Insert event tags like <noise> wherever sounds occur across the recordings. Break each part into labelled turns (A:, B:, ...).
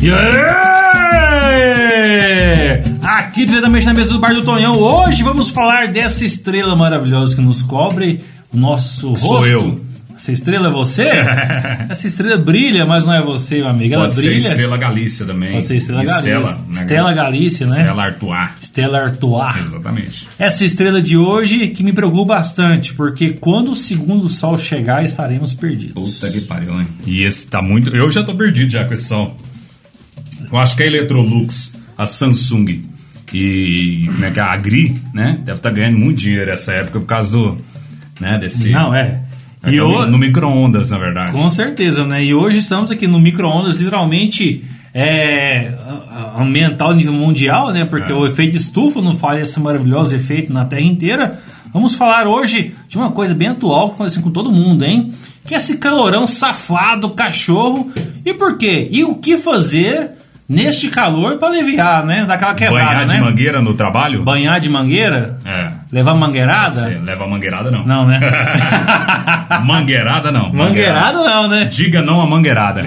A: Yeah! Yeah! Aqui diretamente na mesa do Bar do Tonhão, hoje vamos falar dessa estrela maravilhosa que nos cobre o nosso rosto.
B: Sou eu.
A: Essa estrela é você?
B: <laughs>
A: Essa estrela brilha, mas não é você, meu amigo. Ela
B: Pode ser
A: brilha.
B: Estrela Galícia também.
A: Pode ser Estrela
B: Estela, né,
A: Galícia. Estela Galícia, né?
B: Estela Artois.
A: Estela Artois.
B: Exatamente.
A: Essa estrela de hoje que me preocupa bastante, porque quando o segundo sol chegar, estaremos perdidos.
B: Puta que pariu, hein? E esse tá muito... Eu já tô perdido já com esse som. Eu acho que é a Electrolux, a Samsung e como é que é? a Agri, né? Deve estar ganhando muito dinheiro nessa época por causa do... Né? Desse...
A: Não, é.
B: E
A: E
B: eu...
A: hoje,
B: No micro-ondas, na verdade.
A: com certeza, né? E hoje estamos aqui no micro-ondas, literalmente é, a- a- ambiental nível mundial, né?
B: É.
A: Porque o efeito estufa não faz esse maravilhoso efeito na Terra inteira. Vamos falar hoje de uma coisa bem atual que aconteceu com todo mundo, hein? Que é esse calorão safado, cachorro. E por quê? E o que fazer neste calor para aliviar, né? Daquela quebrada,
B: Banhar
A: né?
B: de mangueira no trabalho?
A: Banhar de mangueira?
B: É.
A: Levar mangueirada?
B: Você leva mangueirada, não.
A: Não,
B: <laughs>
A: né?
B: Mangueirada, não.
A: mangueirada não, né?
B: Diga não a
A: <laughs>
B: mangueirada.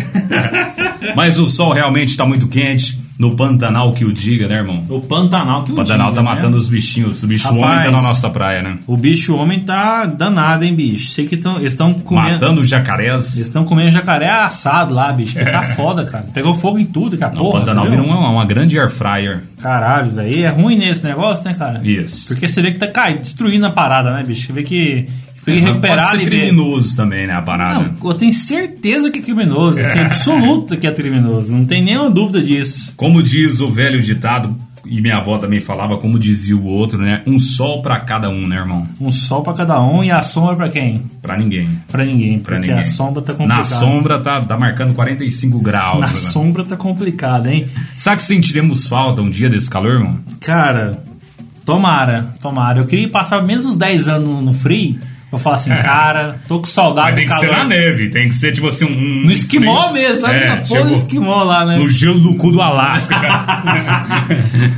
B: Mas o sol realmente está muito quente. No Pantanal que o diga, né, irmão?
A: O Pantanal que
B: O Pantanal tá
A: diga, né?
B: matando os bichinhos. O bicho
A: Rapaz.
B: homem tá na nossa praia, né?
A: O bicho homem tá danado, hein, bicho? Sei que tão, eles estão comendo.
B: Matando os jacarés.
A: Eles estão comendo jacaré assado lá, bicho. que Tá foda, cara. Pegou fogo em tudo, cara.
B: o
A: Porra,
B: Pantanal
A: você viu?
B: vira uma, uma grande air fryer.
A: Caralho, velho. E É ruim nesse negócio, né, cara?
B: Isso. É,
A: Porque você vê que tá cai, destruindo a parada, né, bicho? Você vê que. Tem que
B: Mas
A: recuperar
B: Pode
A: ali.
B: ser criminoso também, né, a parada.
A: Não, eu tenho certeza que é criminoso. Assim, absoluta que é criminoso. Não tem nenhuma dúvida disso.
B: Como diz o velho ditado, e minha avó também falava, como dizia o outro, né? Um sol pra cada um, né, irmão?
A: Um sol pra cada um e a sombra pra quem?
B: Pra ninguém.
A: Pra ninguém.
B: Pra
A: porque
B: ninguém.
A: a sombra tá complicada.
B: Na sombra tá, tá marcando 45 graus.
A: Na
B: né?
A: sombra tá complicada, hein?
B: Sabe que sentiremos falta um dia desse calor, irmão?
A: Cara, tomara, tomara. Eu queria passar mesmo uns 10 anos no- no free. Eu falar assim, cara, tô com saudade
B: É. Mas tem
A: do
B: que
A: É calor.
B: ser na neve, tem que ser tipo assim um.
A: No esquimó mesmo, lá na porra do esquimó lá, né?
B: É, No gelo do cu do Alasca, <laughs> cara.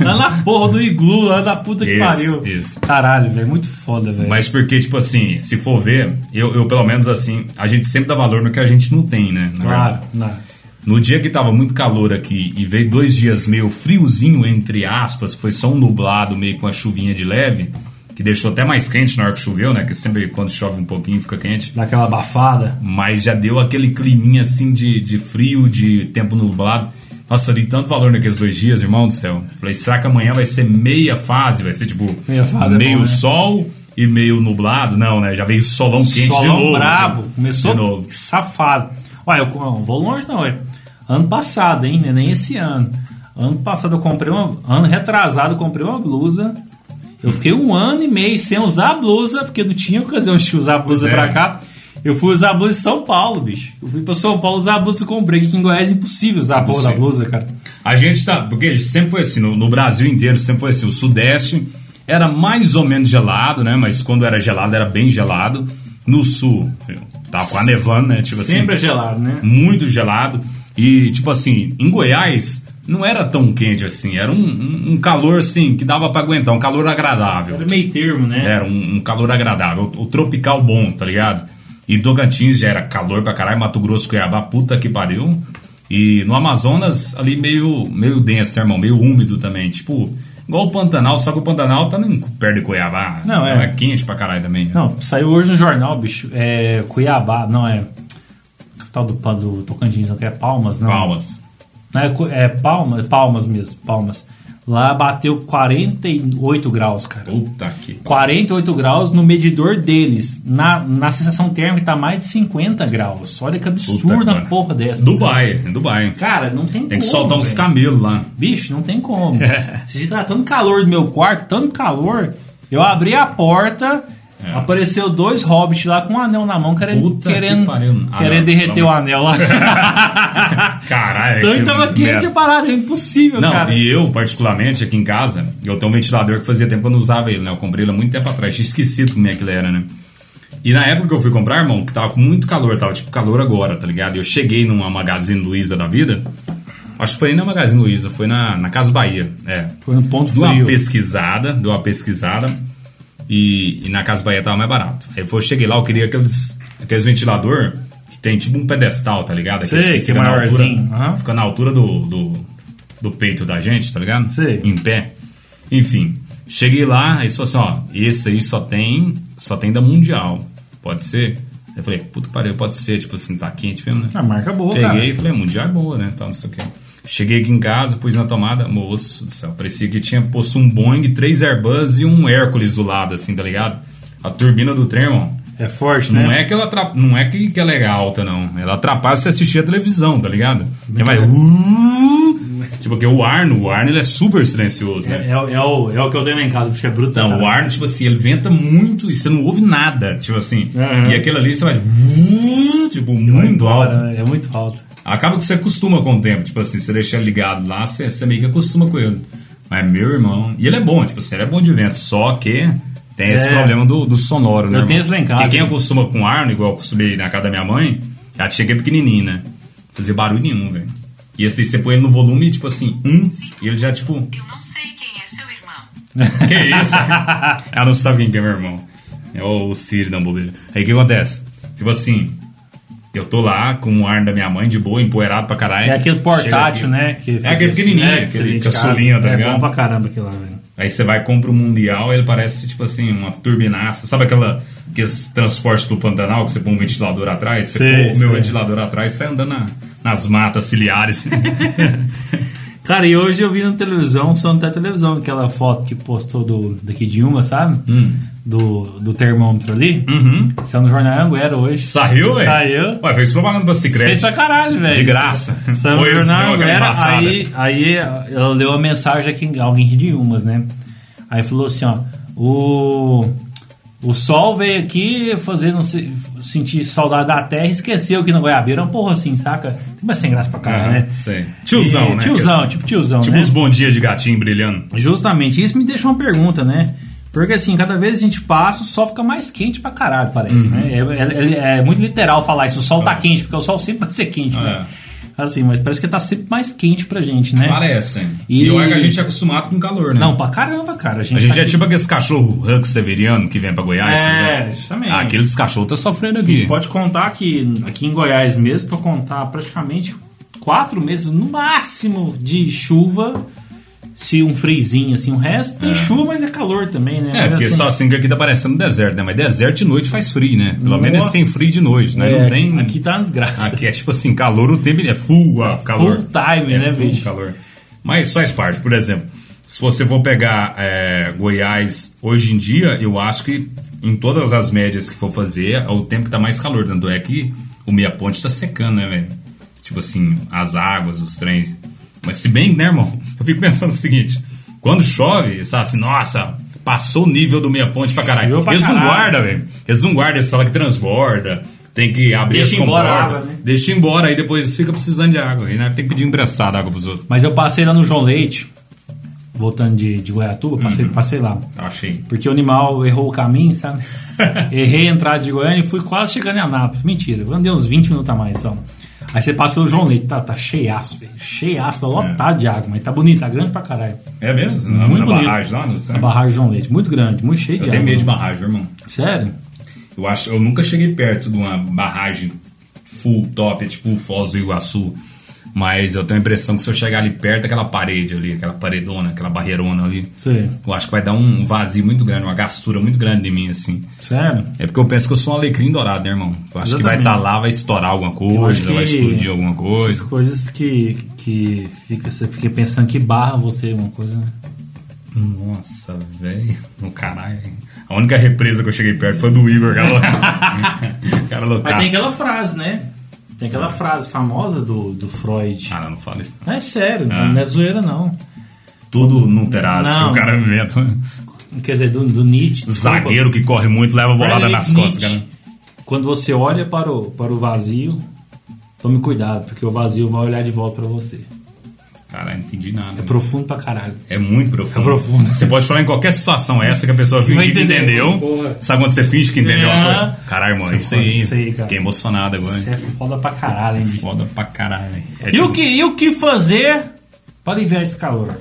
A: <laughs> Lá na porra do iglu, lá da puta que
B: Isso,
A: pariu.
B: isso.
A: Caralho, velho, muito foda, velho.
B: Mas porque, tipo assim, se for ver, eu, eu pelo menos assim, a gente sempre dá valor no que a gente não tem, né? Na
A: Claro,
B: verdade.
A: não.
B: No dia que tava muito calor aqui e veio dois dias meio friozinho, entre aspas, que foi só um nublado, meio com uma chuvinha de leve, que deixou até mais quente na hora que choveu, né? Que sempre quando chove um pouquinho fica quente.
A: Dá aquela abafada.
B: Mas já deu aquele climinha assim de, de frio, de tempo nublado. Nossa, eu dei tanto valor naqueles dois dias, irmão do céu. Falei, será que amanhã vai ser meia fase? Vai ser tipo
A: Meia fase é
B: meio
A: bom, né?
B: sol e meio nublado? Não, né? Já veio solão quente de
A: Um Solão
B: novo.
A: brabo.
B: né?
A: Começou
B: De novo.
A: safado. Olha, eu não vou longe não, é. Ano passado, hein? né? Nem esse ano. Ano passado eu comprei uma... Ano retrasado eu comprei uma blusa.
B: Hum.
A: Eu fiquei um ano e meio sem usar a blusa, porque não tinha ocasião de usar a blusa
B: Pois é.
A: pra cá. Eu fui usar a blusa em São Paulo, bicho. Eu fui pra São Paulo usar a blusa que eu comprei. Aqui em Goiás é impossível usar a porra da
B: Impossível.
A: blusa, cara.
B: A gente tá. Porque sempre foi assim, no, no Brasil inteiro sempre foi assim. O Sudeste era mais ou menos gelado, né? Mas quando era gelado, era bem gelado. No Sul, tava quase nevando, né? Tipo assim.
A: Sempre é gelado, né?
B: muito gelado. E, tipo assim, em Goiás não era tão quente assim. Era um, um- um calor, assim, que dava pra aguentar. Um calor agradável.
A: Era meio termo, né?
B: Era um, um calor agradável. O, o tropical bom, tá ligado? E Tocantins já era calor pra caralho. Mato Grosso, Cuiabá, puta que pariu. E no Amazonas, ali meio, meio denso, né, irmão? Meio úmido também. Tipo, igual o Pantanal, só que o Pantanal tá nem perto de Cuiabá.
A: Não, é.
B: Então quente pra caralho também. né?
A: Não, saiu hoje no jornal, bicho. É Cuiabá, não é. Capital do, Pa- do Tocantins, não que é Palmas, não.
B: Palmas.
A: Não é, Cu- é Palmas, Palmas mesmo, Palmas. Lá bateu 48 graus, cara.
B: Puta que
A: 48 graus no medidor deles. Na, na sensação térmica tá mais de 50 graus. Olha que absurda
B: Puta que
A: porra dessa.
B: Dubai, é Dubai.
A: Cara, não tem,
B: Tem que
A: como,
B: soltar uns
A: velho.
B: camelos lá.
A: Bicho, não tem <laughs> como. Se tá tanto calor do meu quarto, tanto calor, eu abri a porta, apareceu dois hobbits lá com um anel na mão, querendo,
B: É. Puta que
A: querendo,
B: pariu. Ah,
A: querendo
B: não,
A: derreter
B: não.
A: o anel
B: <laughs>
A: lá.
B: Caralho.
A: então
B: que
A: ele tava quente
B: merda.
A: a parada, é impossível,
B: Não,
A: cara.
B: e eu, particularmente, aqui em casa, eu tenho um ventilador que fazia tempo que eu não usava ele, né? Eu comprei ele há muito tempo atrás, tinha esquecido como é que ele era, né? E na época que eu fui comprar, irmão, que tava com muito calor, tava tipo calor agora, tá ligado? Eu cheguei numa Magazine Luiza da vida, acho que foi nem na Magazine Luiza, foi na, na Casa Bahia, é.
A: Foi no ponto
B: Deu uma
A: frio.
B: pesquisada, deu uma pesquisada e, e na Casa Bahia tava mais barato. Aí eu cheguei lá, eu queria aqueles, aqueles ventilador que tem tipo um pedestal, tá ligado?
A: Sei, que é maiorzinho.
B: Na altura,
A: Aham.
B: Fica na altura do, do, do peito da gente, tá ligado?
A: Sei.
B: Em pé. Enfim, cheguei lá, e falou assim, ó, esse aí só tem, só tem da Mundial, pode ser? Eu falei, puta que pariu, pode ser, tipo assim, tá quente mesmo, né?
A: Ah, marca boa,
B: Peguei
A: cara.
B: e falei, mundial é boa, né? Tal, não sei o quê. Cheguei aqui em casa, pus na tomada, moço do céu, parecia que tinha posto um Boeing, três Airbus e um Hércules do lado, assim, tá ligado? A turbina do trem, irmão,
A: É forte,
B: não
A: né?
B: é que ela atra- não é que, que ela é alta, não. Ela atrapalha você assistir a televisão, tá ligado? Porque vai. "Uh", tipo, porque o Arno, o Arno ele é super silencioso, né?
A: É, é, o- é o, é o que eu tenho lá em casa, porque é brutão.
B: Não, o Arno, tipo assim, ele venta muito e você não ouve nada, tipo assim.
A: Aham.
B: E aquele ali você vai. "Uh", Tipo, muito alto.
A: É muito alto.
B: Acaba que você acostuma com o tempo, tipo assim, você deixa ele ligado lá, você, você meio que acostuma com ele. Mas meu irmão, e ele é bom, tipo assim, ele é bom de vento, só que tem esse
A: É.
B: problema do, do sonoro,
A: Eu
B: né? irmão?
A: tenho isso lá em casa.
B: Porque quem acostuma com arno, igual eu acostumei na casa da minha mãe, ela chega pequenininha, né? Não Fazia barulho nenhum, velho. E assim, você põe ele no volume, tipo assim, um, e ele já, tipo,
C: Eu não sei quem é seu irmão.
B: que isso? <laughs> Ela não sabe quem que é meu irmão. É o o Siri da bobeira. Aí o que acontece? Tipo assim, eu tô lá com o ar da minha mãe de boa, empoeirado pra caralho.
A: É aquele portátil,
B: Chega aqui. É
A: né? Que fica-
B: aquele pequenininho,
A: né, que
B: aquele
A: fica de
B: caçulinha,
A: casa.
B: tá
A: É
B: ligado?
A: bom pra caramba aquilo lá, velho.
B: Aí você vai, compra o Mundial, ele parece tipo assim, uma turbinaça. Sabe aquela, aqueles transportes do Pantanal que você põe um ventilador atrás? Você
A: Sei,
B: põe o meu
A: sei.
B: ventilador atrás e sai andando na- nas matas ciliares. <laughs>
A: Cara, e hoje eu vi na televisão, só não tá na televisão, aquela foto que postou do, daqui de uma, sabe? Do, do termômetro ali.
B: Hum. uhum.
A: Saiu no Jornal Anguera hoje.
B: Saiu, velho?
A: Saiu.
B: Ué, fez propaganda pra Cicred.
A: Fez pra caralho, velho.
B: De graça.
A: Saiu no
B: Pois,
A: jornal
B: deu aquela
A: Anguera,
B: embaçada.
A: aí, aí ela leu a mensagem aqui, alguém de umas, né? Aí falou assim, ó, o, o sol veio aqui fazendo se- sentir saudade da terra e esqueceu que no Goiabeira é um porra assim, saca? Mas sem graça pra caralho,
B: Aham,
A: né?
B: sei. Tiozão,
A: E-
B: né?
A: Tiozão, tipo tiozão,
B: Tipo
A: né?
B: uns bom dia de gatinho brilhando.
A: Justamente, isso me deixa uma pergunta, né? Porque assim, cada vez que a gente passa, o sol fica mais quente pra caralho, parece,
B: Uhum.
A: né? É, é- é muito literal falar isso, o sol
B: É.
A: tá quente, porque o sol sempre vai ser quente, né? Assim, mas parece que tá sempre mais quente pra gente, né?
B: Parece, hein?
A: E-
B: E eu acho que a gente é acostumado com calor, né?
A: Não, pra caramba, cara. A gente,
B: A gente
A: tá
B: é
A: aqui-
B: tipo aqueles cachorro Huck Severiano que vem pra Goiás.
A: É,
B: tá ligado?
A: justamente.
B: Ah, aqueles cachorros tá sofrendo
A: A gente
B: aqui.
A: pode contar que aqui em Goiás mesmo, pra contar praticamente quatro meses no máximo de chuva, se um frizinho assim, o resto tem chuva, mas é calor também, né?
B: É,
A: Mas,
B: porque
A: assim,
B: só assim que aqui tá parecendo deserto, né? Mas deserto de noite faz frio, né? Pelo
A: Nossa.
B: menos tem frio de noite, né?
A: é,
B: Não tem...
A: Aqui tá uma desgraça.
B: <laughs> Aqui é tipo assim, calor o tempo é full ah, calor.
A: full time,
B: é
A: né,
B: full
A: bicho?
B: calor. Mas só faz parte. Por exemplo, se você for pegar é, Goiás hoje em dia, eu acho que em todas as médias que for fazer, é o tempo que tá mais calor. Tanto é que o meia ponte tá secando, né, velho? Tipo assim, as águas, os trens. Mas se bem, né, irmão? <laughs> Eu fico pensando o seguinte. Quando chove, sabe assim, nossa... Passou o nível do meia ponte pra caralho.
A: Choveu pra
B: Eles não
A: caralho.
B: guardam, velho. Eles não guardam, eles falam é que transborda, tem que abrir
A: Deixa
B: as
A: embora a
B: comportas.
A: água, né?
B: Deixa embora, aí depois fica precisando de água. Aí né? tem que pedir emprestado água pros outros.
A: Mas eu passei lá no João Leite, voltando de, de Goiatuba, passei,
B: Uhum.
A: passei lá.
B: Achei.
A: Porque o animal errou o caminho, sabe?
B: <laughs>
A: Errei a entrada de Goiânia e fui quase chegando em Anápolis. Mentira, eu andei uns 20 minutos a mais só. Aí você passa pelo João Leite, tá, tá cheiaço, velho. Cheiaço, tá lotado de água, mas tá bonito, tá grande pra caralho.
B: É mesmo? Na,
A: Muito
B: na
A: bonito.
B: barragem lá, não sei.
A: A barragem João Leite, muito grande, muito cheio
B: Eu
A: de
B: tenho
A: água.
B: medo de barragem, irmão.
A: Sério?
B: Eu, acho, eu nunca cheguei perto de uma barragem full top, tipo Foz do Iguaçu. Mas eu tenho a impressão que se eu chegar ali perto, aquela parede ali, aquela paredona, aquela barreirona ali,
A: Sei.
B: eu acho que vai dar um vazio muito grande, uma gastura muito grande em mim, assim.
A: Sério?
B: É porque eu penso que eu sou um alecrim dourado, né, irmão? Eu acho que vai estar
A: Exatamente.
B: lá, vai estourar alguma
A: Eu acho
B: coisa, vai
A: que
B: explodir alguma coisa.
A: Essas coisas que, que fica, você fica pensando que barra você, alguma coisa, né?
B: Nossa, velho. No caralho. A única represa que eu cheguei perto foi do
A: <laughs>
B: Igor, cara. cara
A: Mas tem
B: loucaço.
A: aquela frase, né? Tem aquela frase famosa do, do Freud.
B: Cara, Ah, não fala isso. não.
A: É sério,
B: Ah.
A: não é zoeira não.
B: Tudo não terá, se
A: Não.
B: o cara inventa.
A: Quer dizer, do, do Nietzsche. desculpa.
B: Zagueiro que corre muito leva bolada
A: Friedrich
B: nas costas,
A: Nietzsche.
B: cara.
A: Quando você olha para o, para o vazio, tome cuidado, porque o vazio vai olhar de volta para você.
B: Cara, não entendi nada.
A: É profundo pra caralho.
B: É muito profundo.
A: É profundo.
B: Você pode falar em qualquer situação essa que a pessoa finge
A: Vai
B: que
A: entender.
B: entendeu.
A: Porra.
B: Sabe quando você finge que entendeu
A: É.
B: uma coisa? Caralho, irmão, isso aí.
A: Isso aí, cara.
B: Fiquei emocionado agora.
A: Você é foda pra caralho, hein, bicho?
B: Foda pra caralho. É
A: E
B: tipo-
A: o que, e o que fazer para aliviar esse calor?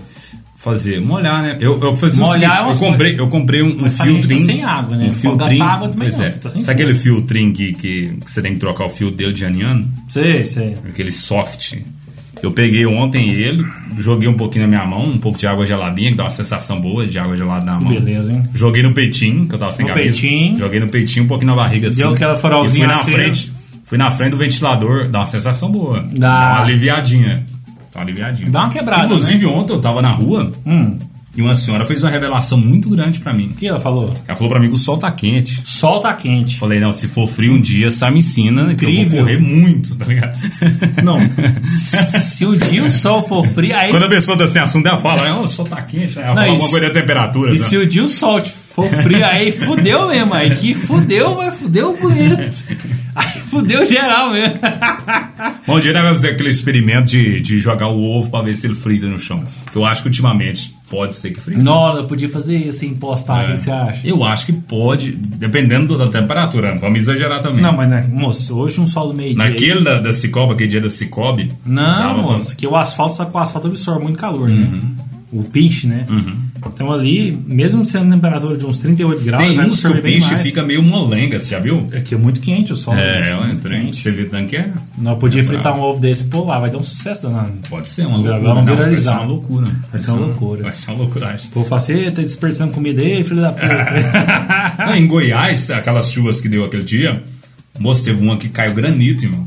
B: fazer? Molhar, né? Eu, eu, fiz o
A: Molhar
B: seguinte,
A: é uma
B: eu
A: coisa.
B: comprei, eu comprei um, um
A: Mas também tá
B: filtrinho.
A: sem água, né? Não
B: Um
A: pode
B: filtrinho.
A: gastar água também
B: pois
A: não,
B: é.
A: tá sem
B: Sabe aquele filtrinho que, que, que você tem que trocar o fio dele de aniano?
A: Sei, sei.
B: Aquele soft. Eu peguei ontem ele, joguei um pouquinho na minha mão, um pouco de água geladinha, que dá uma sensação boa de água gelada na mão.
A: Beleza, hein?
B: Joguei no peitinho, que eu tava sem
A: No
B: camisa.
A: peitinho.
B: Joguei no peitinho, um pouquinho na barriga assim.
A: aquela farolzinha
B: E fui na
A: acesa.
B: frente. Fui na frente do ventilador, dá uma sensação boa. Dá, uma aliviadinha. Dá uma aliviadinha.
A: Dá uma quebrada,
B: Inclusive, ontem eu tava na rua
A: né? Hum,
B: e uma senhora fez uma revelação muito grande pra mim.
A: o que ela falou?
B: Ela falou pra mim que o sol tá quente.
A: Sol tá quente.
B: Falei, não, se for frio um dia, sai me ensina, né, que eu vou
A: Incrível.
B: correr muito, tá
A: <laughs>
B: ligado? <laughs>
A: Não. Se o dia o sol for frio, aí.
B: Quando a pessoa tá sem assunto, ela fala, "Ah, o sol tá quente, ela fala
A: e
B: alguma
A: se-
B: coisa da temperatura. né?
A: E
B: sabe?
A: se o dia o sol for frio, aí fudeu mesmo. Aí que fudeu, mas fudeu bonito. Aí fudeu geral mesmo.
B: Bom dia, né? Vai fazer aquele experimento de, de jogar o ovo pra ver se ele frita no chão. Que eu acho que ultimamente pode ser que frita.
A: Nossa, eu podia fazer isso em postar, o
B: É.
A: que você acha?
B: Eu acho que pode, dependendo da temperatura, não é- vamos exagerar também.
A: Não, mas né, moço, hoje um sol do meio-dia. aí-
B: Naquele da, da Cicobi, aquele dia da Cicobi. é dava
A: Não,
B: pra- Uhum.
A: moço, que o asfalto, só que o asfalto absorve muito calor, né? O pinche, né? Então ali, mesmo sendo temperatura de uns 38 graus,
B: Tem
A: Tá, vai
B: uns que
A: absorver
B: o
A: bem
B: peixe
A: mais.
B: fica meio molenga, você já viu?
A: Aqui é muito quente o sol.
B: É,
A: moço,
B: eu
A: muito
B: entrei.
A: quente.
B: Você vê tanto que é.
A: Não, eu podia
B: É
A: fritar
B: brabo.
A: um ovo desse e pôr lá, vai dar um sucesso danado.
B: Pode ser uma
A: Agora
B: loucura.
A: vamos
B: não, vai ser
A: viralizar.
B: uma loucura. Vai
A: ser uma loucura.
B: Vai ser uma loucura.
A: O povo fala assim, "Ê, tá desperdiçando comida aí, filho da
B: <laughs>
A: puta.
B: Ah, em Goiás, aquelas chuvas que deu aquele dia, moço, teve uma que caiu granito, irmão.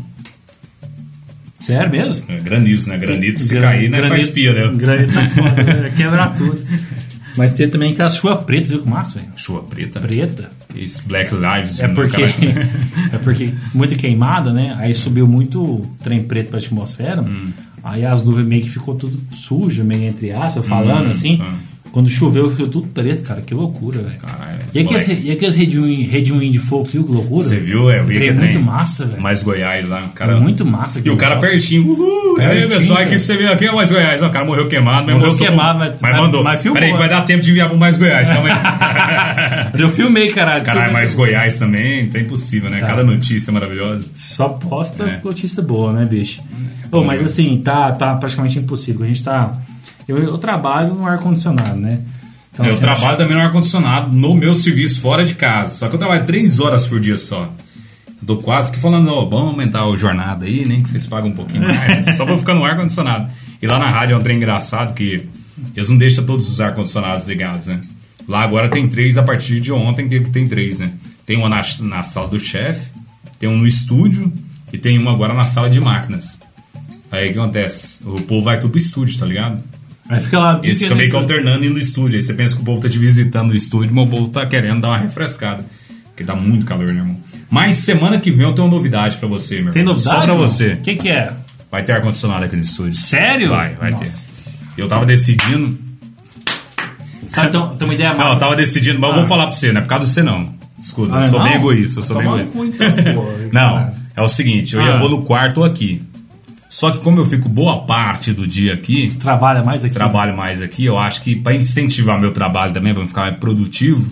A: Sério mesmo?
B: É, Granizo, né? Granito, se
A: Gran-
B: cair, né? Faz pia, né?
A: Granito tá foda,
B: <laughs>
A: né? quebrar tudo. Mas tem também aquela chuva preta, viu que massa, velho?
B: Chuva preta.
A: Preta.
B: Isso, Black Lives.
A: É
B: né,
A: porque,
B: cara?
A: <laughs> é porque muito queimada, né? Aí subiu muito trem preto pra atmosfera.
B: Hum.
A: Aí as nuvens meio que ficou tudo sujo, meio entre aspas, falando
B: Hum,
A: assim.
B: tá.
A: Quando choveu, ficou tudo preto, cara. Que loucura, velho.
B: Caralho,
A: <laughs> E aqueles,
B: moleque.
A: e aqueles redemoinhos redemoinho de fogo, você viu que loucura?
B: Você viu? É, eu vi
A: Trem
B: que
A: muito
B: trem.
A: massa, velho. É
B: Mais Goiás lá. o Cara...
A: Muito massa.
B: E o cara
A: negócio.
B: pertinho. Uhul! E aí,
A: Pertinho,
B: pessoal, a
A: cara.
B: equipe você veio aqui, é o Mais Goiás. Ó, O cara morreu queimado, mas
A: Morreu
B: mostrou-
A: queimado, mas-
B: mas,
A: mas-
B: mandou.
A: mas filmou,
B: Peraí, que vai
A: né?
B: dar tempo de enviar pro Mais Goiás. calma
A: <laughs>
B: aí.
A: Eu filmei, caralho.
B: Caralho,
A: Filmei
B: Mais Goiás também, tá impossível, né?
A: Tá.
B: Cada notícia maravilhosa.
A: Só posta
B: É.
A: notícia boa, né, bicho? Pô, mas assim, tá, tá praticamente impossível. A gente tá. Eu, eu trabalho no ar-condicionado, né? Então,
B: eu
A: assim,
B: trabalho também no ar-condicionado, no meu serviço, fora de casa. Só que eu trabalho três horas por dia só. Tô quase que falando, ó, vamos aumentar a jornada aí, nem que vocês pagam
A: <laughs>
B: um pouquinho mais, só pra eu ficar no ar-condicionado. E lá na rádio é um trem engraçado que eles não deixam todos os ar-condicionados ligados, né? Lá agora tem três, a partir de ontem tem, tem três, né? Tem uma na, na sala do chefe, tem um no estúdio e tem uma agora na sala de máquinas. Aí o que acontece? O povo vai tudo pro estúdio, tá ligado?
A: Aí fica lá. fica
B: Eles ficam meio que
A: nesse-
B: alternando indo no estúdio. Aí você pensa que o povo tá te visitando no estúdio, mas o povo tá querendo dar uma refrescada. Porque tá muito calor, né, irmão? Mas semana que vem eu tenho uma novidade pra você, meu irmão.
A: Tem novidade?
B: Só pra
A: mano?
B: você.
A: O que, que é?
B: Vai ter ar-condicionado aqui no estúdio.
A: Sério?
B: Vai, vai
A: Nossa.
B: ter. Eu tava decidindo.
A: Sabe, tem, um- tem uma ideia
B: Não, tá- eu
A: massa.
B: tava decidindo, mas eu vou falar pra você, não é por causa de você, não. Escuta,
A: Ah,
B: eu sou
A: não?
B: bem egoísta, eu sou
A: Vai
B: bem
A: tomar
B: egoísta.
A: no cu, então,
B: <laughs>
A: pô.
B: não, é o seguinte, eu
A: Ah.
B: ia pôr no quarto ou aqui. Só que como eu fico boa parte do dia aqui,
A: Trabalha mais aqui.
B: trabalho mais aqui, eu acho que pra incentivar meu trabalho também, pra eu ficar mais produtivo,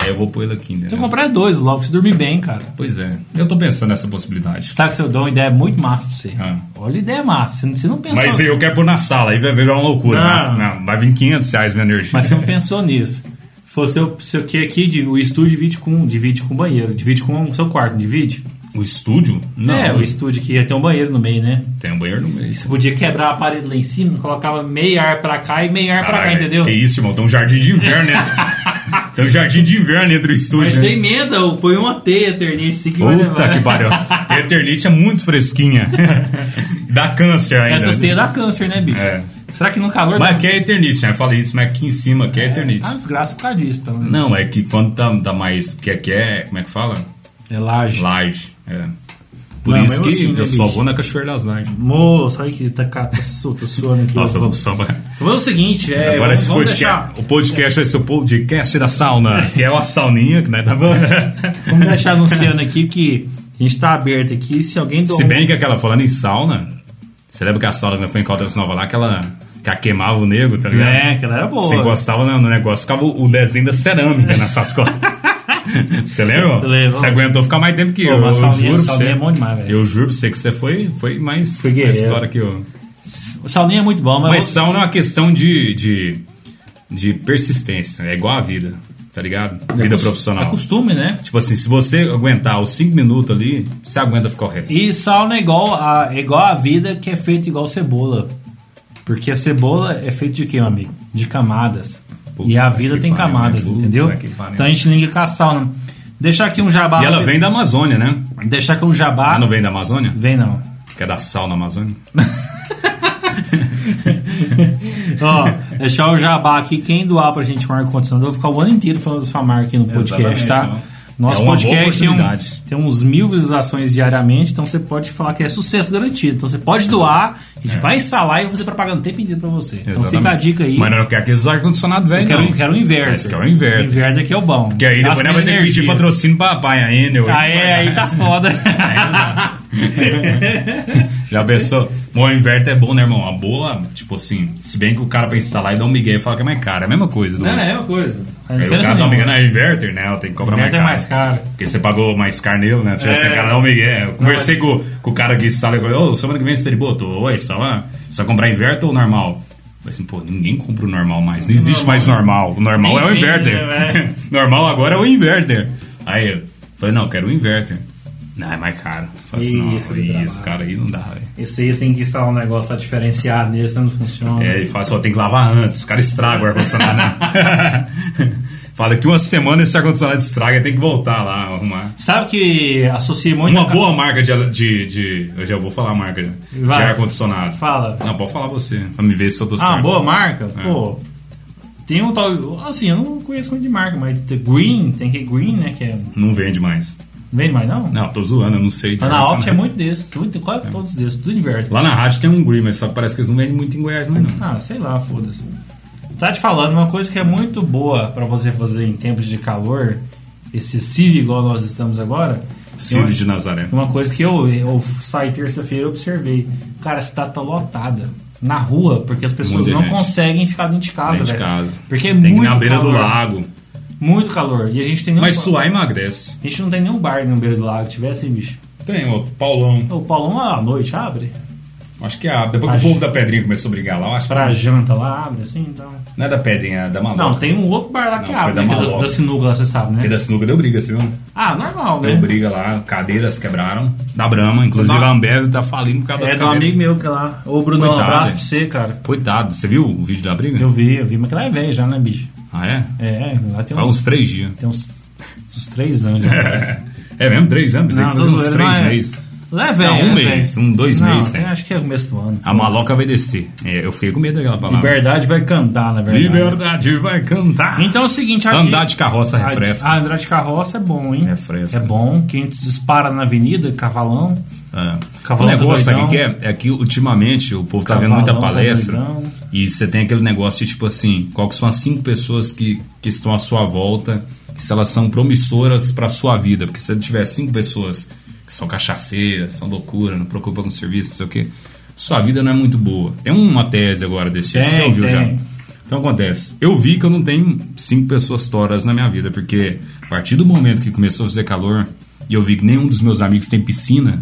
B: aí eu vou pôr ele aqui,
A: Você
B: entendeu?
A: comprar dois logo, pra você dormir bem, cara.
B: Pois é, eu tô pensando nessa possibilidade.
A: Sabe que se eu dou uma ideia muito massa pra você?
B: Ah.
A: Olha a ideia massa. Você não, você não pensou.
B: Mas eu quero pôr na sala, aí vai virar uma loucura.
A: Não.
B: Mas, não, vai vir 500 reais minha energia.
A: Ah. Mas você não pensou nisso. Fosse o seu que aqui, de- o estúdio divide com, divide com o banheiro, divide com o seu quarto, não divide?
B: O estúdio? Não,
A: É, o estúdio que ia ter um banheiro no meio, né?
B: tem um banheiro no meio.
A: Você podia quebrar a parede lá em cima, colocava meio ar pra cá e meio ar pra cá,
B: Caralho,
A: entendeu?
B: Que isso, irmão, tem um jardim de inverno
A: <laughs>
B: dentro. tem um jardim de inverno dentro do
A: Mas
B: estúdio.
A: você
B: né?
A: emenda, ou põe uma teia, eternite, isso aqui vai
B: Puta
A: levar.
B: que pariu. A Eternite é
A: <laughs>
B: muito fresquinha. Dá câncer ainda.
A: Essas teias dá câncer, né, bicho?
B: É.
A: Será que no calor...
B: Mas aqui é Eternite, né? Eu falei isso, mas aqui em cima aqui é Eternite.
A: Ah, desgraça por causa disso né? também.
B: Não, é que quando tá, tá mais. Porque aqui é. Como é que fala?
A: É laje.
B: Laje. É. Por
A: Não,
B: isso
A: mas
B: que
A: eu assim, né,
B: eu só
A: bicho?
B: vou na Cachoeira das Lajes.
A: Moço, olha que tá, tá, tá su- tô suando aqui.
B: Nossa,
A: Eu vou-
B: eu só.
A: Vamos é o seguinte, é,
B: Agora
A: vamos,
B: esse
A: vamos
B: podcast.
A: deixar...
B: O podcast vai ser o podcast da sauna,
A: <laughs>
B: que é uma sauninha, né? Tá bom?
A: Vamos deixar anunciando aqui que a gente tá aberto aqui, se alguém...
B: Se bem que aquela, falando em sauna, você lembra que a sauna que foi em Caldas Nova lá, que ela, que ela queimava o negro, tá ligado?
A: É, que ela era boa.
B: Você encostava no, no negócio, ficava o o desenho da cerâmica nas suas
A: <laughs>
B: costas. Você lembra?
A: Lembro.
B: Você aguentou ficar mais tempo que
A: Pô,
B: eu.
A: mas
B: eu
A: sauninha-
B: juro pra
A: sauninha
B: você.
A: é bom demais, velho.
B: Eu juro pra você que você foi, foi mais,
A: Fui
B: mais
A: guerreiro. Então-
B: história que eu.
A: O sauninho é muito bom, mas...
B: Mas sauna é uma questão de, de de persistência. É igual a vida, tá ligado? Vida
A: É
B: profissional.
A: costume, né?
B: Tipo assim, se você aguentar os 5 minutos ali, você aguenta ficar o resto.
A: E sauna é igual a, é igual a vida que é feita igual cebola. Porque a cebola é feita de quê, meu amigo? De camadas.
B: Puta
A: e a vida
B: que
A: tem
B: pariu,
A: camadas,
B: né? Puta
A: entendeu?
B: que pariu.
A: Então a gente liga com a sauna. Deixar aqui um jabá.
B: E ela vem da Amazônia, né?
A: Deixar aqui um jabá.
B: Ela não vem da Amazônia?
A: Vem não.
B: Que é da sal na Amazônia?
A: Ó, deixar o jabá aqui. Quem doar pra gente um ar-condicionador, eu vou ficar o ano inteiro falando da sua marca aqui no podcast,
B: Exatamente,
A: tá?
B: não.
A: Nosso
B: É uma boa
A: podcast tem, um-
B: oportunidade.
A: tem uns mil visualizações diariamente, então você pode falar que é sucesso garantido. Então você pode doar, a gente vai instalar e vou fazer propaganda o tempo inteiro pra você. Então
B: É. Exatamente.
A: fica a dica aí.
B: Mas não quer aqueles ar-condicionado velho,
A: eu
B: não.
A: quero, quero um inverter.
B: Esse que é o inverter.
A: Inverter aqui é o bom.
B: Porque aí depois
A: Gasta
B: nós
A: mais
B: vai ter que pedir
A: energia.
B: patrocínio pra pai ainda.
A: Ah, é, aí tá foda.
B: Já pensou? Bom, o inverter é bom, né, irmão? A boa, tipo assim, se bem que o cara pra instalar e dar um migué e fala que é mais caro, é a mesma coisa. Não
A: Não, é uma coisa. Não
B: Aí o
A: diferença
B: cara dá um migué
A: nenhuma.
B: na inverter, né? Ela tem que cobrar mais
A: Inverter
B: caro.
A: é mais caro.
B: Porque você pagou mais caro nele, né? Se
A: É.
B: é. cara dá um migué. Eu conversei
A: mas-
B: com, com o cara que instala e falei, ô, semana que vem você tá de boa? Eu tô, Oi, só, ah, só comprar inverter ou normal? Eu falei assim, pô, ninguém compra o normal mais. Não existe mais normal. O normal é o
A: Enfim,
B: inverter.
A: né?
B: <laughs> normal agora é o inverter. Aí eu falei, não, eu quero o inverter. Não, é mais caro. Eu falei assim, não,
A: Isso, é
B: aí
A: que
B: esse cara aí não dá, velho.
A: Esse aí tem que instalar um negócio lá diferenciado nele, senão não funciona.
B: É, e fala assim, ó, tem que lavar antes, os caras estragam o ar-condicionado. <laughs> né? fala que uma semana esse ar-condicionado estraga, tem que voltar lá, arrumar.
A: Sabe que associa muito.
B: Uma
A: a-
B: boa marca de, de, de- Eu já vou falar a marca né? de
A: Vai.
B: ar-condicionado.
A: Fala.
B: Não, pode falar você, pra me ver se eu tô certo. É.
A: Ah, boa marca? Pô. Tem um tal. Assim, eu não conheço muito de marca, mas The Green, tem que Green, né? Que é.
B: Não vende mais.
A: Vende mais não?
B: Não, tô zoando, eu não É. sei. de
A: Mas na Opt é
B: ar-condicionado.
A: muito desse. Tudo, quase todos desses, tudo inverte.
B: Lá na rádio tem um Green, mas só que parece que eles não vendem muito em Goiás, mas não.
A: Ah, sei lá, foda-se. Tá te falando uma coisa que é muito boa pra você fazer em tempos de calor, excessivo igual nós estamos agora.
B: Silvio de Nazaré.
A: Uma coisa que eu, eu saí terça-feira e observei. Cara, a cidade tá lotada. Na rua, porque as pessoas
B: Muita
A: não
B: gente.
A: conseguem ficar dentro de casa,
B: Dentro de
A: velho.
B: casa.
A: Porque é
B: tem que ir
A: muito
B: na beira
A: calor.
B: do lago.
A: Muito calor. E a gente tem nenhum
B: Mas
A: ba-
B: suar emagrece.
A: A gente não tem nenhum bar na beira do lago. Tivesse, hein, bicho.
B: Tem outro, Paulão.
A: O Paulão à noite abre.
B: Acho que é. Depois
A: Acho-
B: que o povo da Pedrinha começou a brigar lá, eu acho que.
A: Pra janta lá, abre assim, então.
B: Não é da Pedrinha, é da Maluca.
A: Não, tem um outro bar lá que
B: Não, foi
A: abre,
B: da
A: né, que é da,
B: Maloca.
A: da sinuca lá, você sabe,
B: Porque
A: né?
B: da É sinuca deu briga, você viu?
A: Ah, normal, né?
B: Deu briga lá, cadeiras quebraram. Da Brahma, inclusive
A: Da-
B: a Ambev tá falindo por causa das
A: É do
B: cadeiras.
A: amigo meu que é lá. Ô, Bruno, um
B: Coitado,
A: abraço
B: hein?
A: pra você, cara.
B: Coitado, você viu o vídeo da briga?
A: Eu vi, eu vi, mas que lá é velho já, né, bicho?
B: Ah, é?
A: É, lá tem
B: Faz
A: uns,
B: uns três dias. <laughs>
A: tem uns, uns três anos já.
B: É mesmo? Três anos? Pensei
A: Não,
B: que
A: tô
B: fosse uns
A: zoando,
B: três
A: não é-
B: meses.
A: Não é velho,
B: Não, um
A: é velho.
B: mês, um, dois
A: Não,
B: meses
A: tem-
B: tem.
A: Acho que é começo do ano.
B: A maloca vai descer. É, eu fiquei com medo daquela palavra.
A: Liberdade vai cantar, na verdade.
B: Liberdade vai cantar.
A: Então é o seguinte, a
B: Andar de carroça
A: a-
B: refresca.
A: A andar de Ah, carroça é bom, hein?
B: Refresca.
A: É bom. Quem dispara na avenida, cavalão.
B: Ah, o
A: Cavalão tá
B: negócio, sabe o que
A: doidão.
B: é? É que ultimamente o povo tá vendo
A: Cavalão
B: muita
A: tá
B: palestra
A: doidão.
B: e você tem aquele negócio de tipo assim: qual que são as cinco pessoas que, que estão à sua volta, e se elas são promissoras pra sua vida? Porque se você tiver cinco pessoas que são cachaceiras, são loucura, não preocupa com serviço, não sei o que, sua vida não é muito boa. Tem uma tese agora desse
A: Tem,
B: tipo, você ouviu
A: tem.
B: já? Então acontece, eu vi que eu não tenho cinco pessoas toras na minha vida, porque a partir do momento que começou a fazer calor e eu vi que nenhum dos meus amigos tem piscina,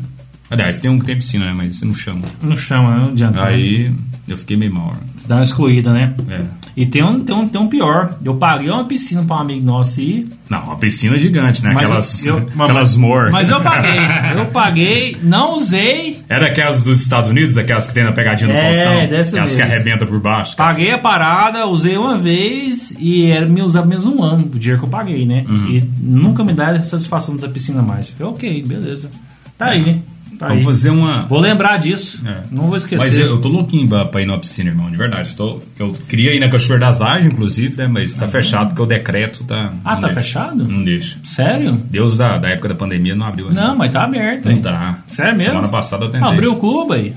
B: aliás, tem um que tem piscina, né, mas você não chama.
A: Não chama, né? não adianta.
B: Aí eu fiquei meio mal.
A: Você dá uma excluída, né?
B: É.
A: E tem um, tem, um, tem um pior. Eu paguei uma piscina pra um amigo nosso ir.
B: Não, a piscina é gigante, né?
A: Mas
B: Aquelas,
A: eu- eu- mas-
B: aquelas mor.
A: Mas eu paguei. Eu paguei, não usei.
B: Era aquelas dos Estados Unidos, aquelas que tem na pegadinha do
A: É,
B: Faustão?
A: dessa
B: aquelas que
A: mesmo.
B: arrebenta por baixo. aquelas-
A: Paguei a parada, usei uma vez e era me usar menos um ano, o dinheiro que eu paguei, né?
B: Uhum.
A: E nunca me dá satisfação dessa piscina mais. Falei, ok, beleza. Tá aí, né? Tá aí.
B: É. Vamos fazer uma.
A: Vou lembrar disso.
B: É.
A: Não vou esquecer.
B: Mas eu, eu tô louquinho pra, pra ir na piscina, irmão, de verdade. Tô, eu queria ir na Cachoeira das Águas, inclusive, né? Mas tá fechado porque o decreto tá.
A: Ah,
B: não
A: tá
B: deixa.
A: fechado?
B: Não deixa.
A: Sério?
B: Deus da, da época da pandemia não abriu ainda.
A: Não, mas tá aberto.
B: Não
A: hein?
B: tá.
A: Sério mesmo?
B: Semana passada eu tentei.
A: Abriu o clube aí.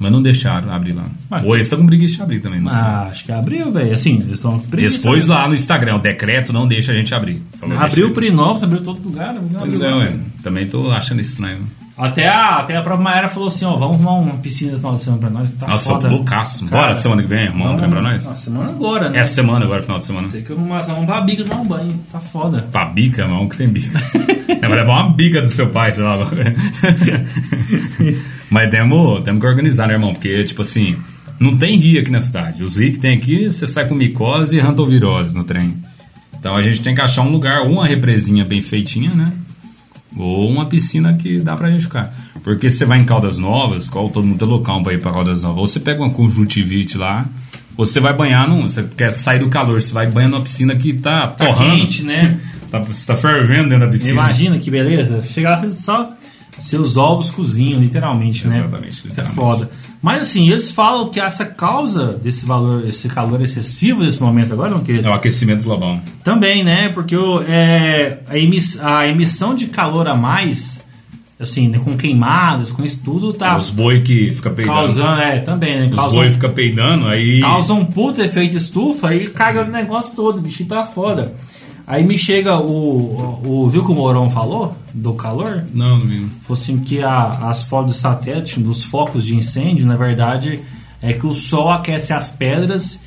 B: Mas não deixaram abrir lá.
A: Mas-
B: Ou eles estão com preguiça de abrir também, não sei.
A: Ah, acho que abriu, velho. Assim, eles estão
B: Eles pôs lá no Instagram, o decreto não deixa a gente abrir. Falou,
A: Abriu o
B: deixa-
A: Prinópolis, abriu todo lugar. abriu-
B: Pois é, ué. Também tô achando estranho.
A: Até a, até a própria Maera falou assim, ó, vamos arrumar uma piscina esse final de semana pra nós. Tá
B: Nossa, eu
A: foda.
B: tô loucaço.
A: Cara,
B: Bora semana que vem, irmão,
A: vamos-
B: lembra nós?
A: Nossa, semana agora, né?
B: Essa semana agora, final de semana.
A: Tem que arrumar essa mão pra bica tomar um banho. Tá foda.
B: Pra bica, irmão, que tem
A: <laughs>
B: bica. É, vai levar uma bica do seu pai, sei lá. <laughs> Mas temos, temos que organizar, né, irmão? Porque, tipo assim, Não tem rio aqui na cidade. Os rios que tem aqui, você sai com micose e rantovirose no trem. Então a gente tem que achar um lugar, ou uma represinha bem feitinha, né? Ou uma piscina que dá pra gente ficar. Porque você vai em Caldas Novas, qual todo mundo tem local pra ir pra Caldas Novas, ou você pega uma conjuntivite lá, ou você vai banhar num. Você quer sair do calor, você vai banhar numa piscina que tá,
A: Tá
B: torrando.
A: quente, né?
B: Tá, você tá fervendo dentro da piscina.
A: Imagina que beleza. Chegar lá, só seus ovos cozinham, literalmente, né?
B: Exatamente, literalmente.
A: É foda. Mas assim, eles falam que essa causa desse valor, esse calor excessivo nesse momento agora, meu querido,
B: É o aquecimento global.
A: Também, né? Porque o- é, a, emiss- a emissão de calor a mais, assim, né, com queimadas, com isso tudo, tá
B: É, Os boi que fica peidando.
A: causando. É, também, né?
B: Os
A: Causam,
B: boi fica peidando, aí.
A: causa um puto efeito estufa e caga o negócio todo, o bichinho tá foda. Aí me chega o, o. o- Viu que o Mourão falou? Do calor?
B: Não, não vi.
A: Falou assim que a- as fotos do satélite, um dos focos de incêndio, na verdade, é que o sol aquece as pedras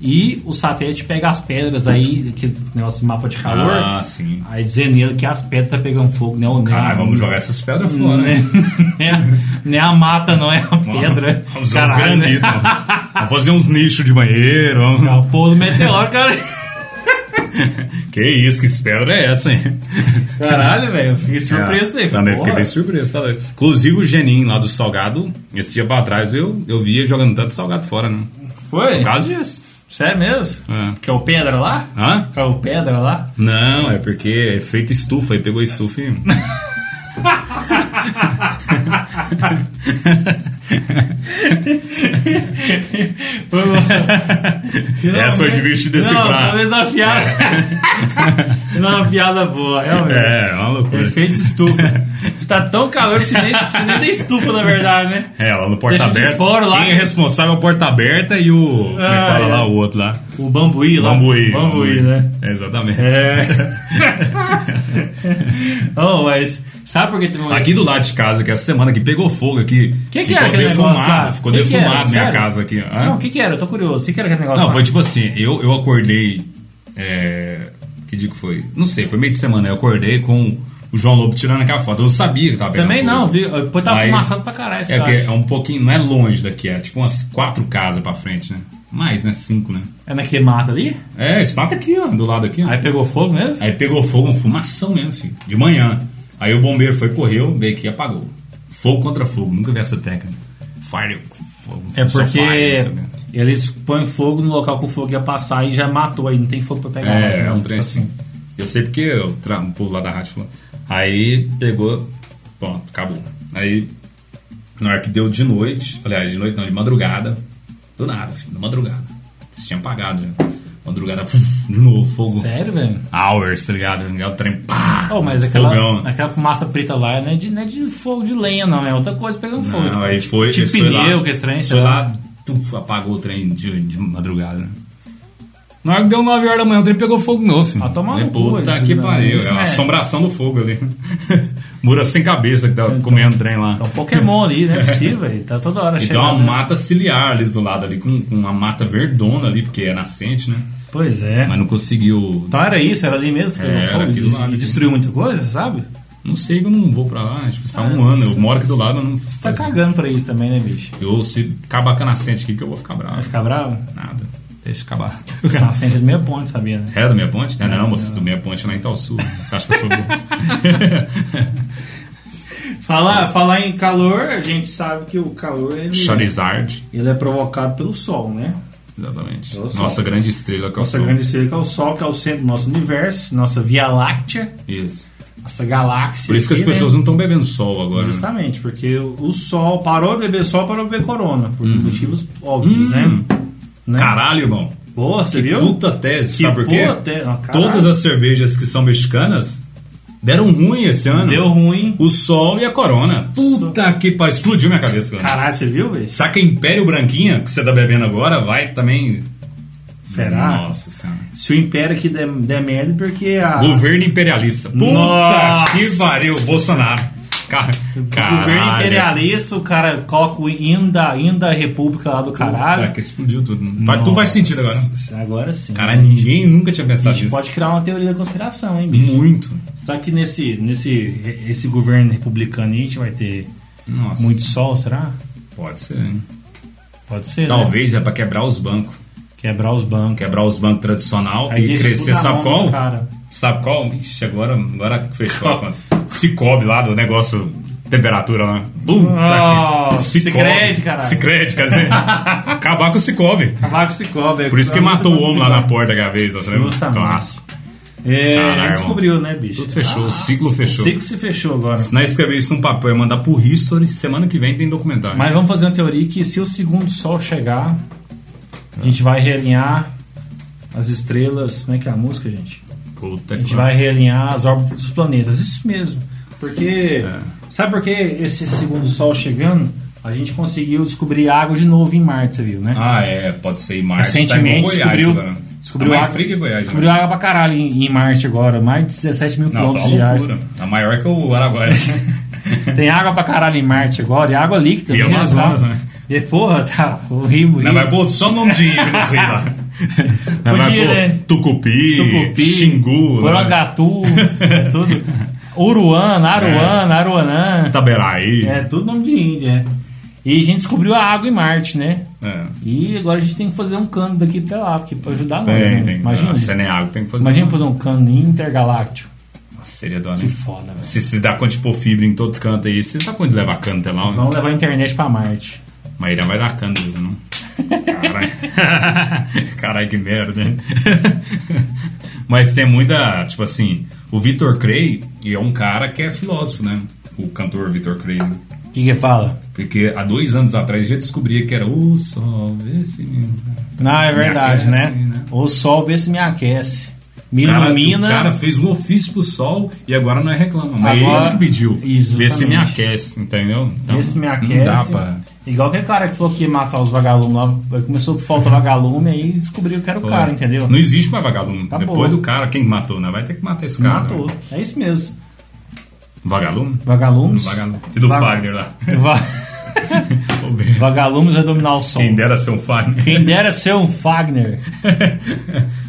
A: e o satélite pega as pedras aí, aquele negócio de mapa de calor.
B: Ah, sim.
A: Aí dizendo ele que as pedras tá pegando fogo, né? O
B: Caralho, vamos jogar essas pedras
A: <laughs>
B: fora,
A: né?
B: né?
A: Nem a mata, não é a pedra.
B: Vamos usar uns
A: Caralho,
B: granitos.
A: né? <laughs>
B: vamos fazer uns nichos de banheiro. vamos-
A: É o povo do meteoro, cara.
B: Que isso, que pedra é essa, hein? <laughs> Ah,
A: Caralho, velho. eu Fiquei surpreso daí.
B: É. Também fiquei
A: Porra.
B: bem surpreso, tá doido? Inclusive o Geninho lá do Salgado, esse dia pra trás eu, eu via jogando tanto Salgado fora, né?
A: Foi?
B: Por causa disso.
A: Sério mesmo?
B: É.
A: Que é o Pedra lá?
B: Hã?
A: Que é o Pedra lá?
B: Não, é porque é feito estufa, aí pegou a estufa e.
A: Foi bom.
B: <laughs> Essa foi divertida desse
A: Não,
B: prato.
A: talvez uma
B: <laughs>
A: piada. Não, uma piada boa, realmente.
B: É, é uma loucura.
A: Efeito estufa. Tá tão calor que você nem, você nem da estufa, na verdade, né?
B: É, lá no porta
A: Deixa de
B: aberta.
A: fora lá.
B: Quem é responsável é o porta aberta e o. como é
A: Ah,
B: que fala
A: é.
B: lá o outro lá?
A: O bambuí lá.
B: Bambuí.
A: Bambuí, né?
B: É, exatamente.
A: É. oh, mas sabe por que um teve uma...
B: Aqui do lado de casa, que é essa semana que pegou fogo aqui.
A: Que que
B: ficou
A: era aquele
B: defumado,
A: negócio lá?
B: ficou
A: Que que era?
B: defumado minha
A: Sério?
B: casa aqui. Hã?
A: Não, o que que era? Eu tô curioso. O que que era aquele negócio
B: Não,
A: lá?
B: foi tipo assim, eu, eu acordei. é, que dia que foi? Não sei, foi meio de semana. Eu acordei com o João Lobo tirando aquela foto. Eu sabia que tava pegando
A: Também
B: fogo.
A: não, viu? Depois tava
B: Aí-
A: fumaçado pra caralho esse
B: É que
A: cara.
B: é um pouquinho, não é longe daqui, é tipo umas quatro casas pra frente, né? Mais, né? Cinco, né?
A: É naquele mato ali?
B: É, esse mato aqui, ó, do lado aqui, ó.
A: Aí pegou fogo mesmo?
B: Aí pegou fogo, uma fumação mesmo, filho, de manhã. Aí o bombeiro foi, correu, veio aqui e apagou. Fogo contra fogo, nunca vi essa técnica. Fire, fogo.
A: É
B: só
A: porque
B: fire, isso, né?
A: eles põem fogo no local que o fogo ia passar e já matou aí, não tem fogo pra pegar. mais,
B: É,
A: né?
B: é um
A: Tipo
B: trem assim. Eu sei porque eu tra- um pulo lá da rádio falou. Aí pegou, pronto, acabou. Aí, na hora que deu de noite, aliás, de noite não, de madrugada, do nada, filho, da madrugada. Vocês tinham apagado já. Madrugada, puf, de novo, fogo.
A: Sério, velho?
B: Hours, tá ligado? O trem, pá!
A: Oh, mas
B: fogão.
A: aquela, aquela fumaça preta lá não é, de, não é de fogo de lenha, não. É outra coisa pegando fogo.
B: Não, Ah, aí foi.
A: tipo
B: foi lá-
A: pneu, que é estranho, sei
B: Foi lá, tuf, apagou o trem de, de madrugada. né? Na hora que deu 9 horas da manhã, o trem pegou fogo novo, filho.
A: Ah, toma
B: Falei,
A: no cu,
B: Puta
A: isso,
B: que
A: né?
B: pariu.
A: Isso,
B: é a
A: né?
B: assombração do fogo ali. <laughs> Mura sem cabeça que tava comendo o trem lá.
A: É um Pokémon ali, não é possível, velho. Tá toda hora
B: E tem uma
A: chegando. né?
B: mata ciliar ali do lado, ali, com, com uma mata verdona ali, porque é nascente, né?
A: Pois é.
B: Mas não conseguiu.
A: Então era isso, era ali mesmo que
B: É,
A: pegou
B: era
A: fogo
B: aqui do
A: e-
B: lado,
A: e
B: aqui.
A: destruiu muita coisa, sabe?
B: Não sei que eu não vou pra lá. Acho que faz um ano. Eu moro aqui do lado, eu não.
A: É, Você tá cagando pra isso também, né, bicho?
B: Eu, se acabar com a nascente aqui, que eu vou ficar
A: Vai
B: bravo.
A: ficar bravo?
B: Nada. Deixa acabar.
A: Você tá sendo de meio ponto, sabia, né?
B: <laughs> É do Meia Ponte? Não, não, moço, do Meia Ponte é lá em Itaúsu. Você acha que eu sou bom? <laughs>
A: Falar, falar em calor, a gente sabe que o calor ele,
B: Charizard.
A: ele é provocado pelo sol, né?
B: Exatamente.
A: Eu sou.
B: Nossa grande estrela que eu
A: Nossa
B: sou.
A: grande estrela que é o Sol, que é o centro do nosso universo, nossa Via Láctea,
B: Isso.
A: nossa galáxia.
B: Por isso que as
A: aqui, né?
B: pessoas não estão bebendo sol agora. né?
A: Justamente, porque o o Sol parou de beber Sol, parou de beber Corona, por motivos óbvios,
B: Hum.
A: né? né?
B: Caralho, irmão.
A: Boa, você
B: Que
A: viu?
B: puta tese, sabe por quê?
A: puta tese. Ah, caralho.
B: Todas as cervejas que são mexicanas deram ruim esse ano.
A: Deu ruim.
B: O sol e a corona. Puta que pariu. Explodiu minha cabeça. Cara.
A: Caralho, você viu, velho?
B: Saca Império Branquinha, que você tá bebendo agora, vai também...
A: Será?
B: Nossa senhora.
A: Se o Império aqui der, der merda, é porque a.
B: Governo imperialista. Puta
A: Nossa.
B: que pariu, Bolsonaro. Car...
A: O governo
B: caralho.
A: imperialista, o cara coloca o hino da, hino da república lá do
B: Cara,
A: caralho.
B: que explodiu tudo. Vai- tu faz
A: Nossa,
B: sentido agora.
A: Agora sim.
B: Cara, ninguém Hum. nunca tinha
A: a
B: pensado
A: gente
B: nisso.
A: pode criar uma teoria da conspiração, hein, bicho?
B: Muito.
A: Será que nesse, nesse esse governo republicano aí a gente vai ter
B: Nossa.
A: muito sol, será?
B: Pode ser, hein?
A: Pode ser, né?
B: Talvez é pra quebrar os bancos.
A: Quebrar os bancos.
B: Quebrar os bancos tradicional
A: Aí
B: e
A: deixa
B: crescer.
A: tudo na
B: Sabe
A: mão dos
B: qual?
A: cara.
B: Sabe qual? Ixi, agora, agora fechou a conta. Se cobre lá do negócio, temperatura lá. Bum, tá aqui.
A: Nossa, Sicredi, caralho.
B: Sicredi, quer dizer, acabar com o Cicobi.
A: Vaco se cobra. é
B: Por isso que matou o homem lá na porta da vez, você lembra?
A: Justamente.
B: Clássico.
A: É,
B: Caralho, irmão.
A: descobriu, né, bicho?
B: Tudo fechou, o ciclo
A: O
B: fechou.
A: ciclo se fechou agora.
B: Se nós escrever isso num papel e mandar pro History, semana que vem tem documentário.
A: Mas vamos fazer uma teoria que se o segundo sol chegar, a gente vai realinhar as estrelas. Como é que é a música, gente?
B: Puta
A: A gente
B: que
A: vai realinhar as órbitas dos planetas. Isso mesmo. Porque.
B: É.
A: Sabe por que esse segundo sol chegando? A gente conseguiu descobrir água de novo em Marte, você viu, né?
B: Ah, é, pode ser em Marte.
A: Recentemente
B: tá em Goiás
A: descobriu,
B: agora.
A: descobriu,
B: a
A: água,
B: maior fria que é Goiás.
A: descobriu
B: né?
A: água pra caralho em, em Marte agora. Mais de 17 mil
B: Não, tá
A: quilômetros
B: uma
A: de água.
B: loucura. A maior é que o <laughs> Araguaia.
A: Tem água pra caralho em Marte agora, e água líquida.
B: E
A: né?
B: Amazonas, né?
A: E, porra, tá horrível.
B: Não, mas pô, só um nome de índio, não sei lá. <laughs> Não, mas,
A: Podia,
B: pô,
A: né?
B: Tucupi,
A: Tucupi,
B: Xingu, né?
A: Porangatu, é tudo. Uruana,
B: É.
A: Aruana, Aruanã.
B: Itaberaí.
A: É tudo nome de índia, é. E a gente descobriu a água em Marte, né?
B: É.
A: E agora a gente tem que fazer um cano daqui até lá, porque pra ajudar nós,
B: Tem, é
A: né?
B: tem.
A: Imagina.
B: A Ceneago tem que fazer.
A: Imagina fazer um cano intergaláctico.
B: Nossa, seria dó,
A: Que
B: né?
A: foda, velho.
B: Se você dá conta de pôr fibra em todo canto aí, você tá com de levar cano até lá, né?
A: Vamos levar a internet pra Marte.
B: Mas ele é um vai dar cano mesmo, não?
A: <laughs>
B: Caralho. Caralho, que merda, né? <laughs> Mas tem muita, tipo assim, o Vitor Cray é um cara que é filósofo, né? O cantor Vitor Cray. né?
A: O que que fala?
B: Porque há dois anos atrás já descobria que era o sol, esse
A: Não, é verdade,
B: aquece,
A: né?
B: né?
A: O sol vê se me aquece. Me
B: O cara-
A: ilumina.
B: O cara fez um ofício pro sol e agora não é reclama. Mas
A: Agora-
B: ele que pediu.
A: Isso,
B: Vê se me
A: justamente.
B: aquece, entendeu? Então,
A: Esse me
B: Não dá
A: aquece.
B: pra.
A: Igual que cara que falou que ia matar os vagalumes lá. aí Começou por falta vagalume aí descobriu que era o cara, entendeu?
B: Uhum. Não existe mais vagalume.
A: Tá
B: Depois
A: bom.
B: do cara, quem matou, né? Vai ter que matar esse cara. né?
A: Matou. É isso mesmo.
B: Vagalume?
A: Vagalumes.
B: Vagalume. E do
A: Vaga-
B: Fagner lá.
A: Va- <laughs>
B: Ô, bem,
A: vagalumes vai dominar o sol.
B: Quem dera ser um Fagner.
A: Quem dera ser um Fagner.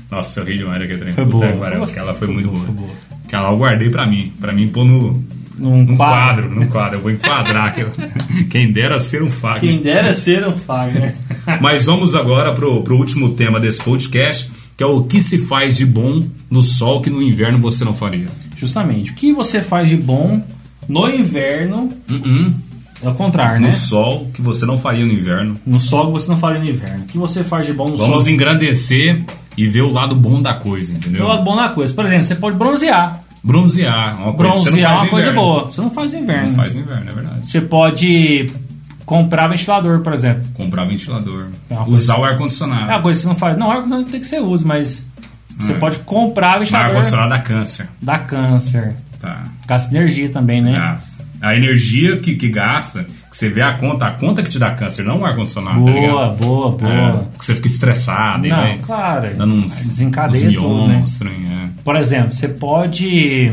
B: Nossa, eu ri demais daquele trem.
A: Foi
B: Puta,
A: boa.
B: Agora,
A: Foi
B: aquela
A: gostoso.
B: foi muito boa.
A: Foi boa.
B: Aquela eu guardei pra mim. Pra mim pôr no,
A: Num quadro.
B: no Um quadro. No quadro. Eu vou enquadrar.
A: <laughs>
B: aquilo. Quem dera ser um Fagner.
A: Quem dera ser um
B: <laughs>
A: Fagner.
B: Mas vamos agora pro, pro último tema desse podcast, que é o que se faz de bom no sol que no inverno você não faria.
A: Justamente. O que você faz de bom no inverno? É o contrário,
B: No
A: né?
B: sol que você não faria no inverno.
A: No sol você não faz no inverno. O que você faz de bom no
B: Vamos
A: sol?
B: engrandecer e ver o lado bom da coisa, entendeu?
A: Eu lado bom na coisa. Por exemplo, você pode bronzear.
B: Bronzear, uma coisa que você não
A: Bronzear é
B: faz
A: uma
B: no
A: coisa
B: inverno.
A: boa. Você não faz no inverno.
B: Não faz no inverno, é verdade.
A: Você pode comprar ventilador, por exemplo.
B: Comprar ventilador,
A: É uma
B: usar
A: coisa-
B: o
A: É uma
B: ar-condicionado.
A: coisa que você não faz. Não, ar-condicionado tem que ser uso, mas você
B: É.
A: pode comprar
B: Mas
A: ventilador.
B: ar-condicionado dá câncer.
A: Dá câncer.
B: Tá.
A: Gasta energia também, né?
B: Gasta. A energia que, que gasta, que você vê a conta, a conta que te dá câncer, não o ar-condicionado, tá
A: Boa,
B: ligado?
A: boa, boa.
B: É, que você fica estressado, e
A: Não,
B: vai
A: claro.
B: dando uns,
A: Desencadeia
B: uns
A: tudo, né?
B: miomas, trem, é.
A: Por exemplo, você pode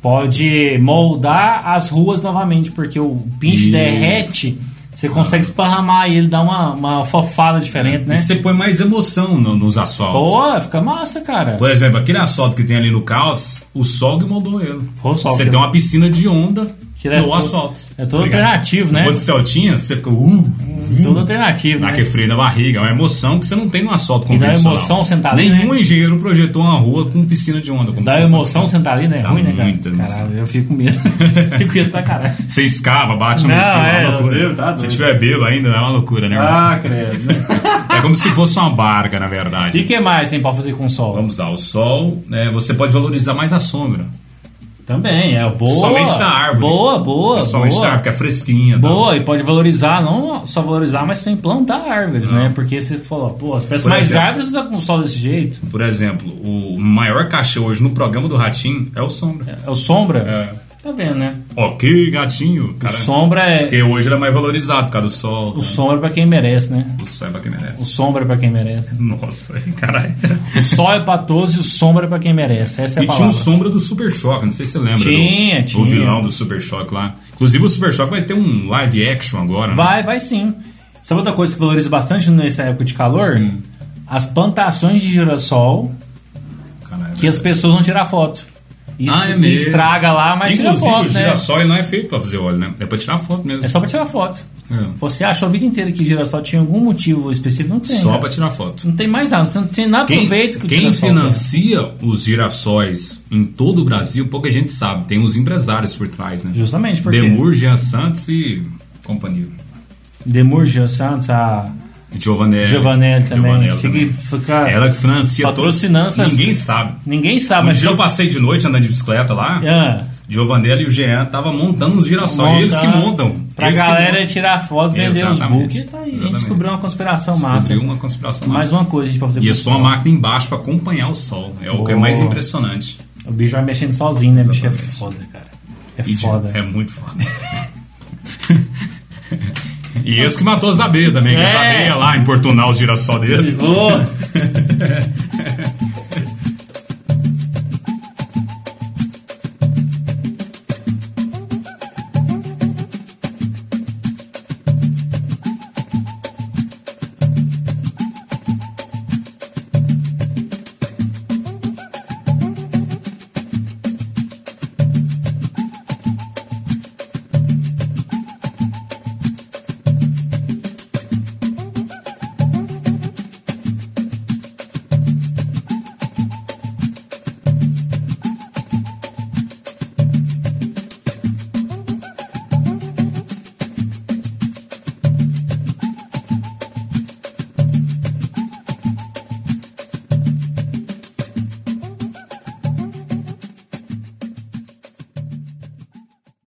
A: pode moldar as ruas novamente, porque o pinche
B: Isso.
A: derrete, você consegue esparramar ele, dá uma, uma fofada diferente, né?
B: E você põe mais emoção no- nos asfaltos.
A: Boa, fica massa, cara.
B: Por exemplo, aquele asfalto que tem ali no caos, o sol que moldou ele.
A: Foi o sol
B: Você
A: que-
B: tem uma piscina de onda
A: Que
B: no
A: é todo-
B: asfalto.
A: é todo
B: ligado?
A: alternativo, né?
B: Quando você altinha, você fica... Uh,
A: Tudo alternativo,
B: Dá
A: né?
B: aquele freio na barriga, é uma emoção que você não tem no asfalto
A: dá
B: convencional.
A: emoção sentar ali,
B: Nenhum engenheiro projetou uma rua com piscina de onda. Como
A: Dá
B: se fosse
A: emoção sentar ali, né? É
B: Dá
A: ruim, né, cara?
B: muita emoção.
A: Caralho, eu fico com medo. <laughs> fico com medo pra
B: <laughs>
A: caralho.
B: Você escava, bate
A: Não,
B: no fio,
A: é,
B: uma loucura.
A: meu Deus, tá
B: Se
A: doido.
B: tiver bebo ainda, é uma loucura, né? irmão?
A: credo. né?
B: É como se fosse uma barca, na
A: E
B: verdade.
A: o que mais tem pra fazer com o sol?
B: Vamos lá, o sol, né, você pode valorizar mais a sombra.
A: Também, é boa.
B: Somente na árvore.
A: Boa, boa,
B: Somente
A: boa.
B: da árvore, que é fresquinha. tá?
A: Boa, e pode valorizar, não só valorizar, mas também plantar árvores, né? Porque você fala, pô, se tivesse
B: Por
A: mais
B: exemplo.
A: árvores tá com sol desse jeito.
B: Por exemplo, o maior cachê hoje no programa do Ratinho é o sombra.
A: É o sombra?
B: É.
A: Tá vendo, né?
B: Ok, gatinho.
A: O
B: Cara,
A: sombra é.
B: Porque hoje ele é mais valorizado por causa do sol.
A: O
B: tá?
A: sombra é pra quem merece, né?
B: O sol é pra quem merece.
A: O sombra é pra quem merece.
B: Nossa, <laughs> caralho.
A: O sol é pra todos e o sombra é pra quem merece. Essa é a
B: E
A: palavra.
B: tinha um sombra do Super Choque, não sei se você lembra.
A: Tinha,
B: do,
A: tinha.
B: O vilão do Super Choque lá. Inclusive o Super Choque vai ter um live action agora. né?
A: Vai, vai sim. Sabe outra coisa que valoriza bastante nessa época de calor?
B: Hum.
A: As plantações de girassol
B: Caralho, é.
A: que as pessoas vão tirar foto. E,
B: Ah, é
A: est- e
B: mesmo.
A: estraga lá, mas
B: Inclusive,
A: tira foto,
B: o
A: né?
B: girassol ele não é feito pra fazer óleo, né? É pra tirar foto mesmo.
A: É só pra tirar foto.
B: É.
A: Você achou a vida inteira que girassol tinha algum motivo específico? Não tem.
B: Só
A: cara.
B: pra tirar foto.
A: Não tem mais nada. Você não tem nada
B: Quem,
A: proveito que o
B: quem
A: girassol né? tem.
B: financia os girassóis em todo o Brasil, pouca gente sabe. Tem os empresários por trás, né?
A: Justamente, porque-
B: Demur, Jean Santos e companhia.
A: Demur, Jean Santos, a
B: Giovanelli.
A: Giovanelli também.
B: É, Giovanelli
A: Fica-
B: também.
A: fica-
B: Ela que financia todo-
A: Patrocinanças-
B: Ninguém sabe.
A: Ninguém sabe,
B: Um
A: Ah, mas...
B: dia eu passei de noite andando de bicicleta lá.
A: Ah,
B: Giovanelli e o Jean estavam montando os girassóis.
A: montar-
B: Eles que montam.
A: Pra
B: Eles que
A: galera
B: montam.
A: tirar foto, vender os
B: Exatamente.
A: books. E tá aí, a gente
B: Exatamente.
A: descobriu uma conspiração massa.
B: Descobriu uma conspiração
A: Mais um
B: massa.
A: uma coisa, gente, pra fazer
B: E é
A: pro
B: só uma
A: pessoal.
B: máquina embaixo pra acompanhar o sol. É o que é
A: Boa.
B: mais impressionante.
A: O bicho vai mexendo sozinho, né? bicho é
B: Exatamente.
A: foda, cara. É
B: E de-
A: foda.
B: É muito foda. <laughs> e esse que matou as abelhas também, que
A: É.
B: <laughs> as abelhas lá importunar os girassol deles.
A: Ô,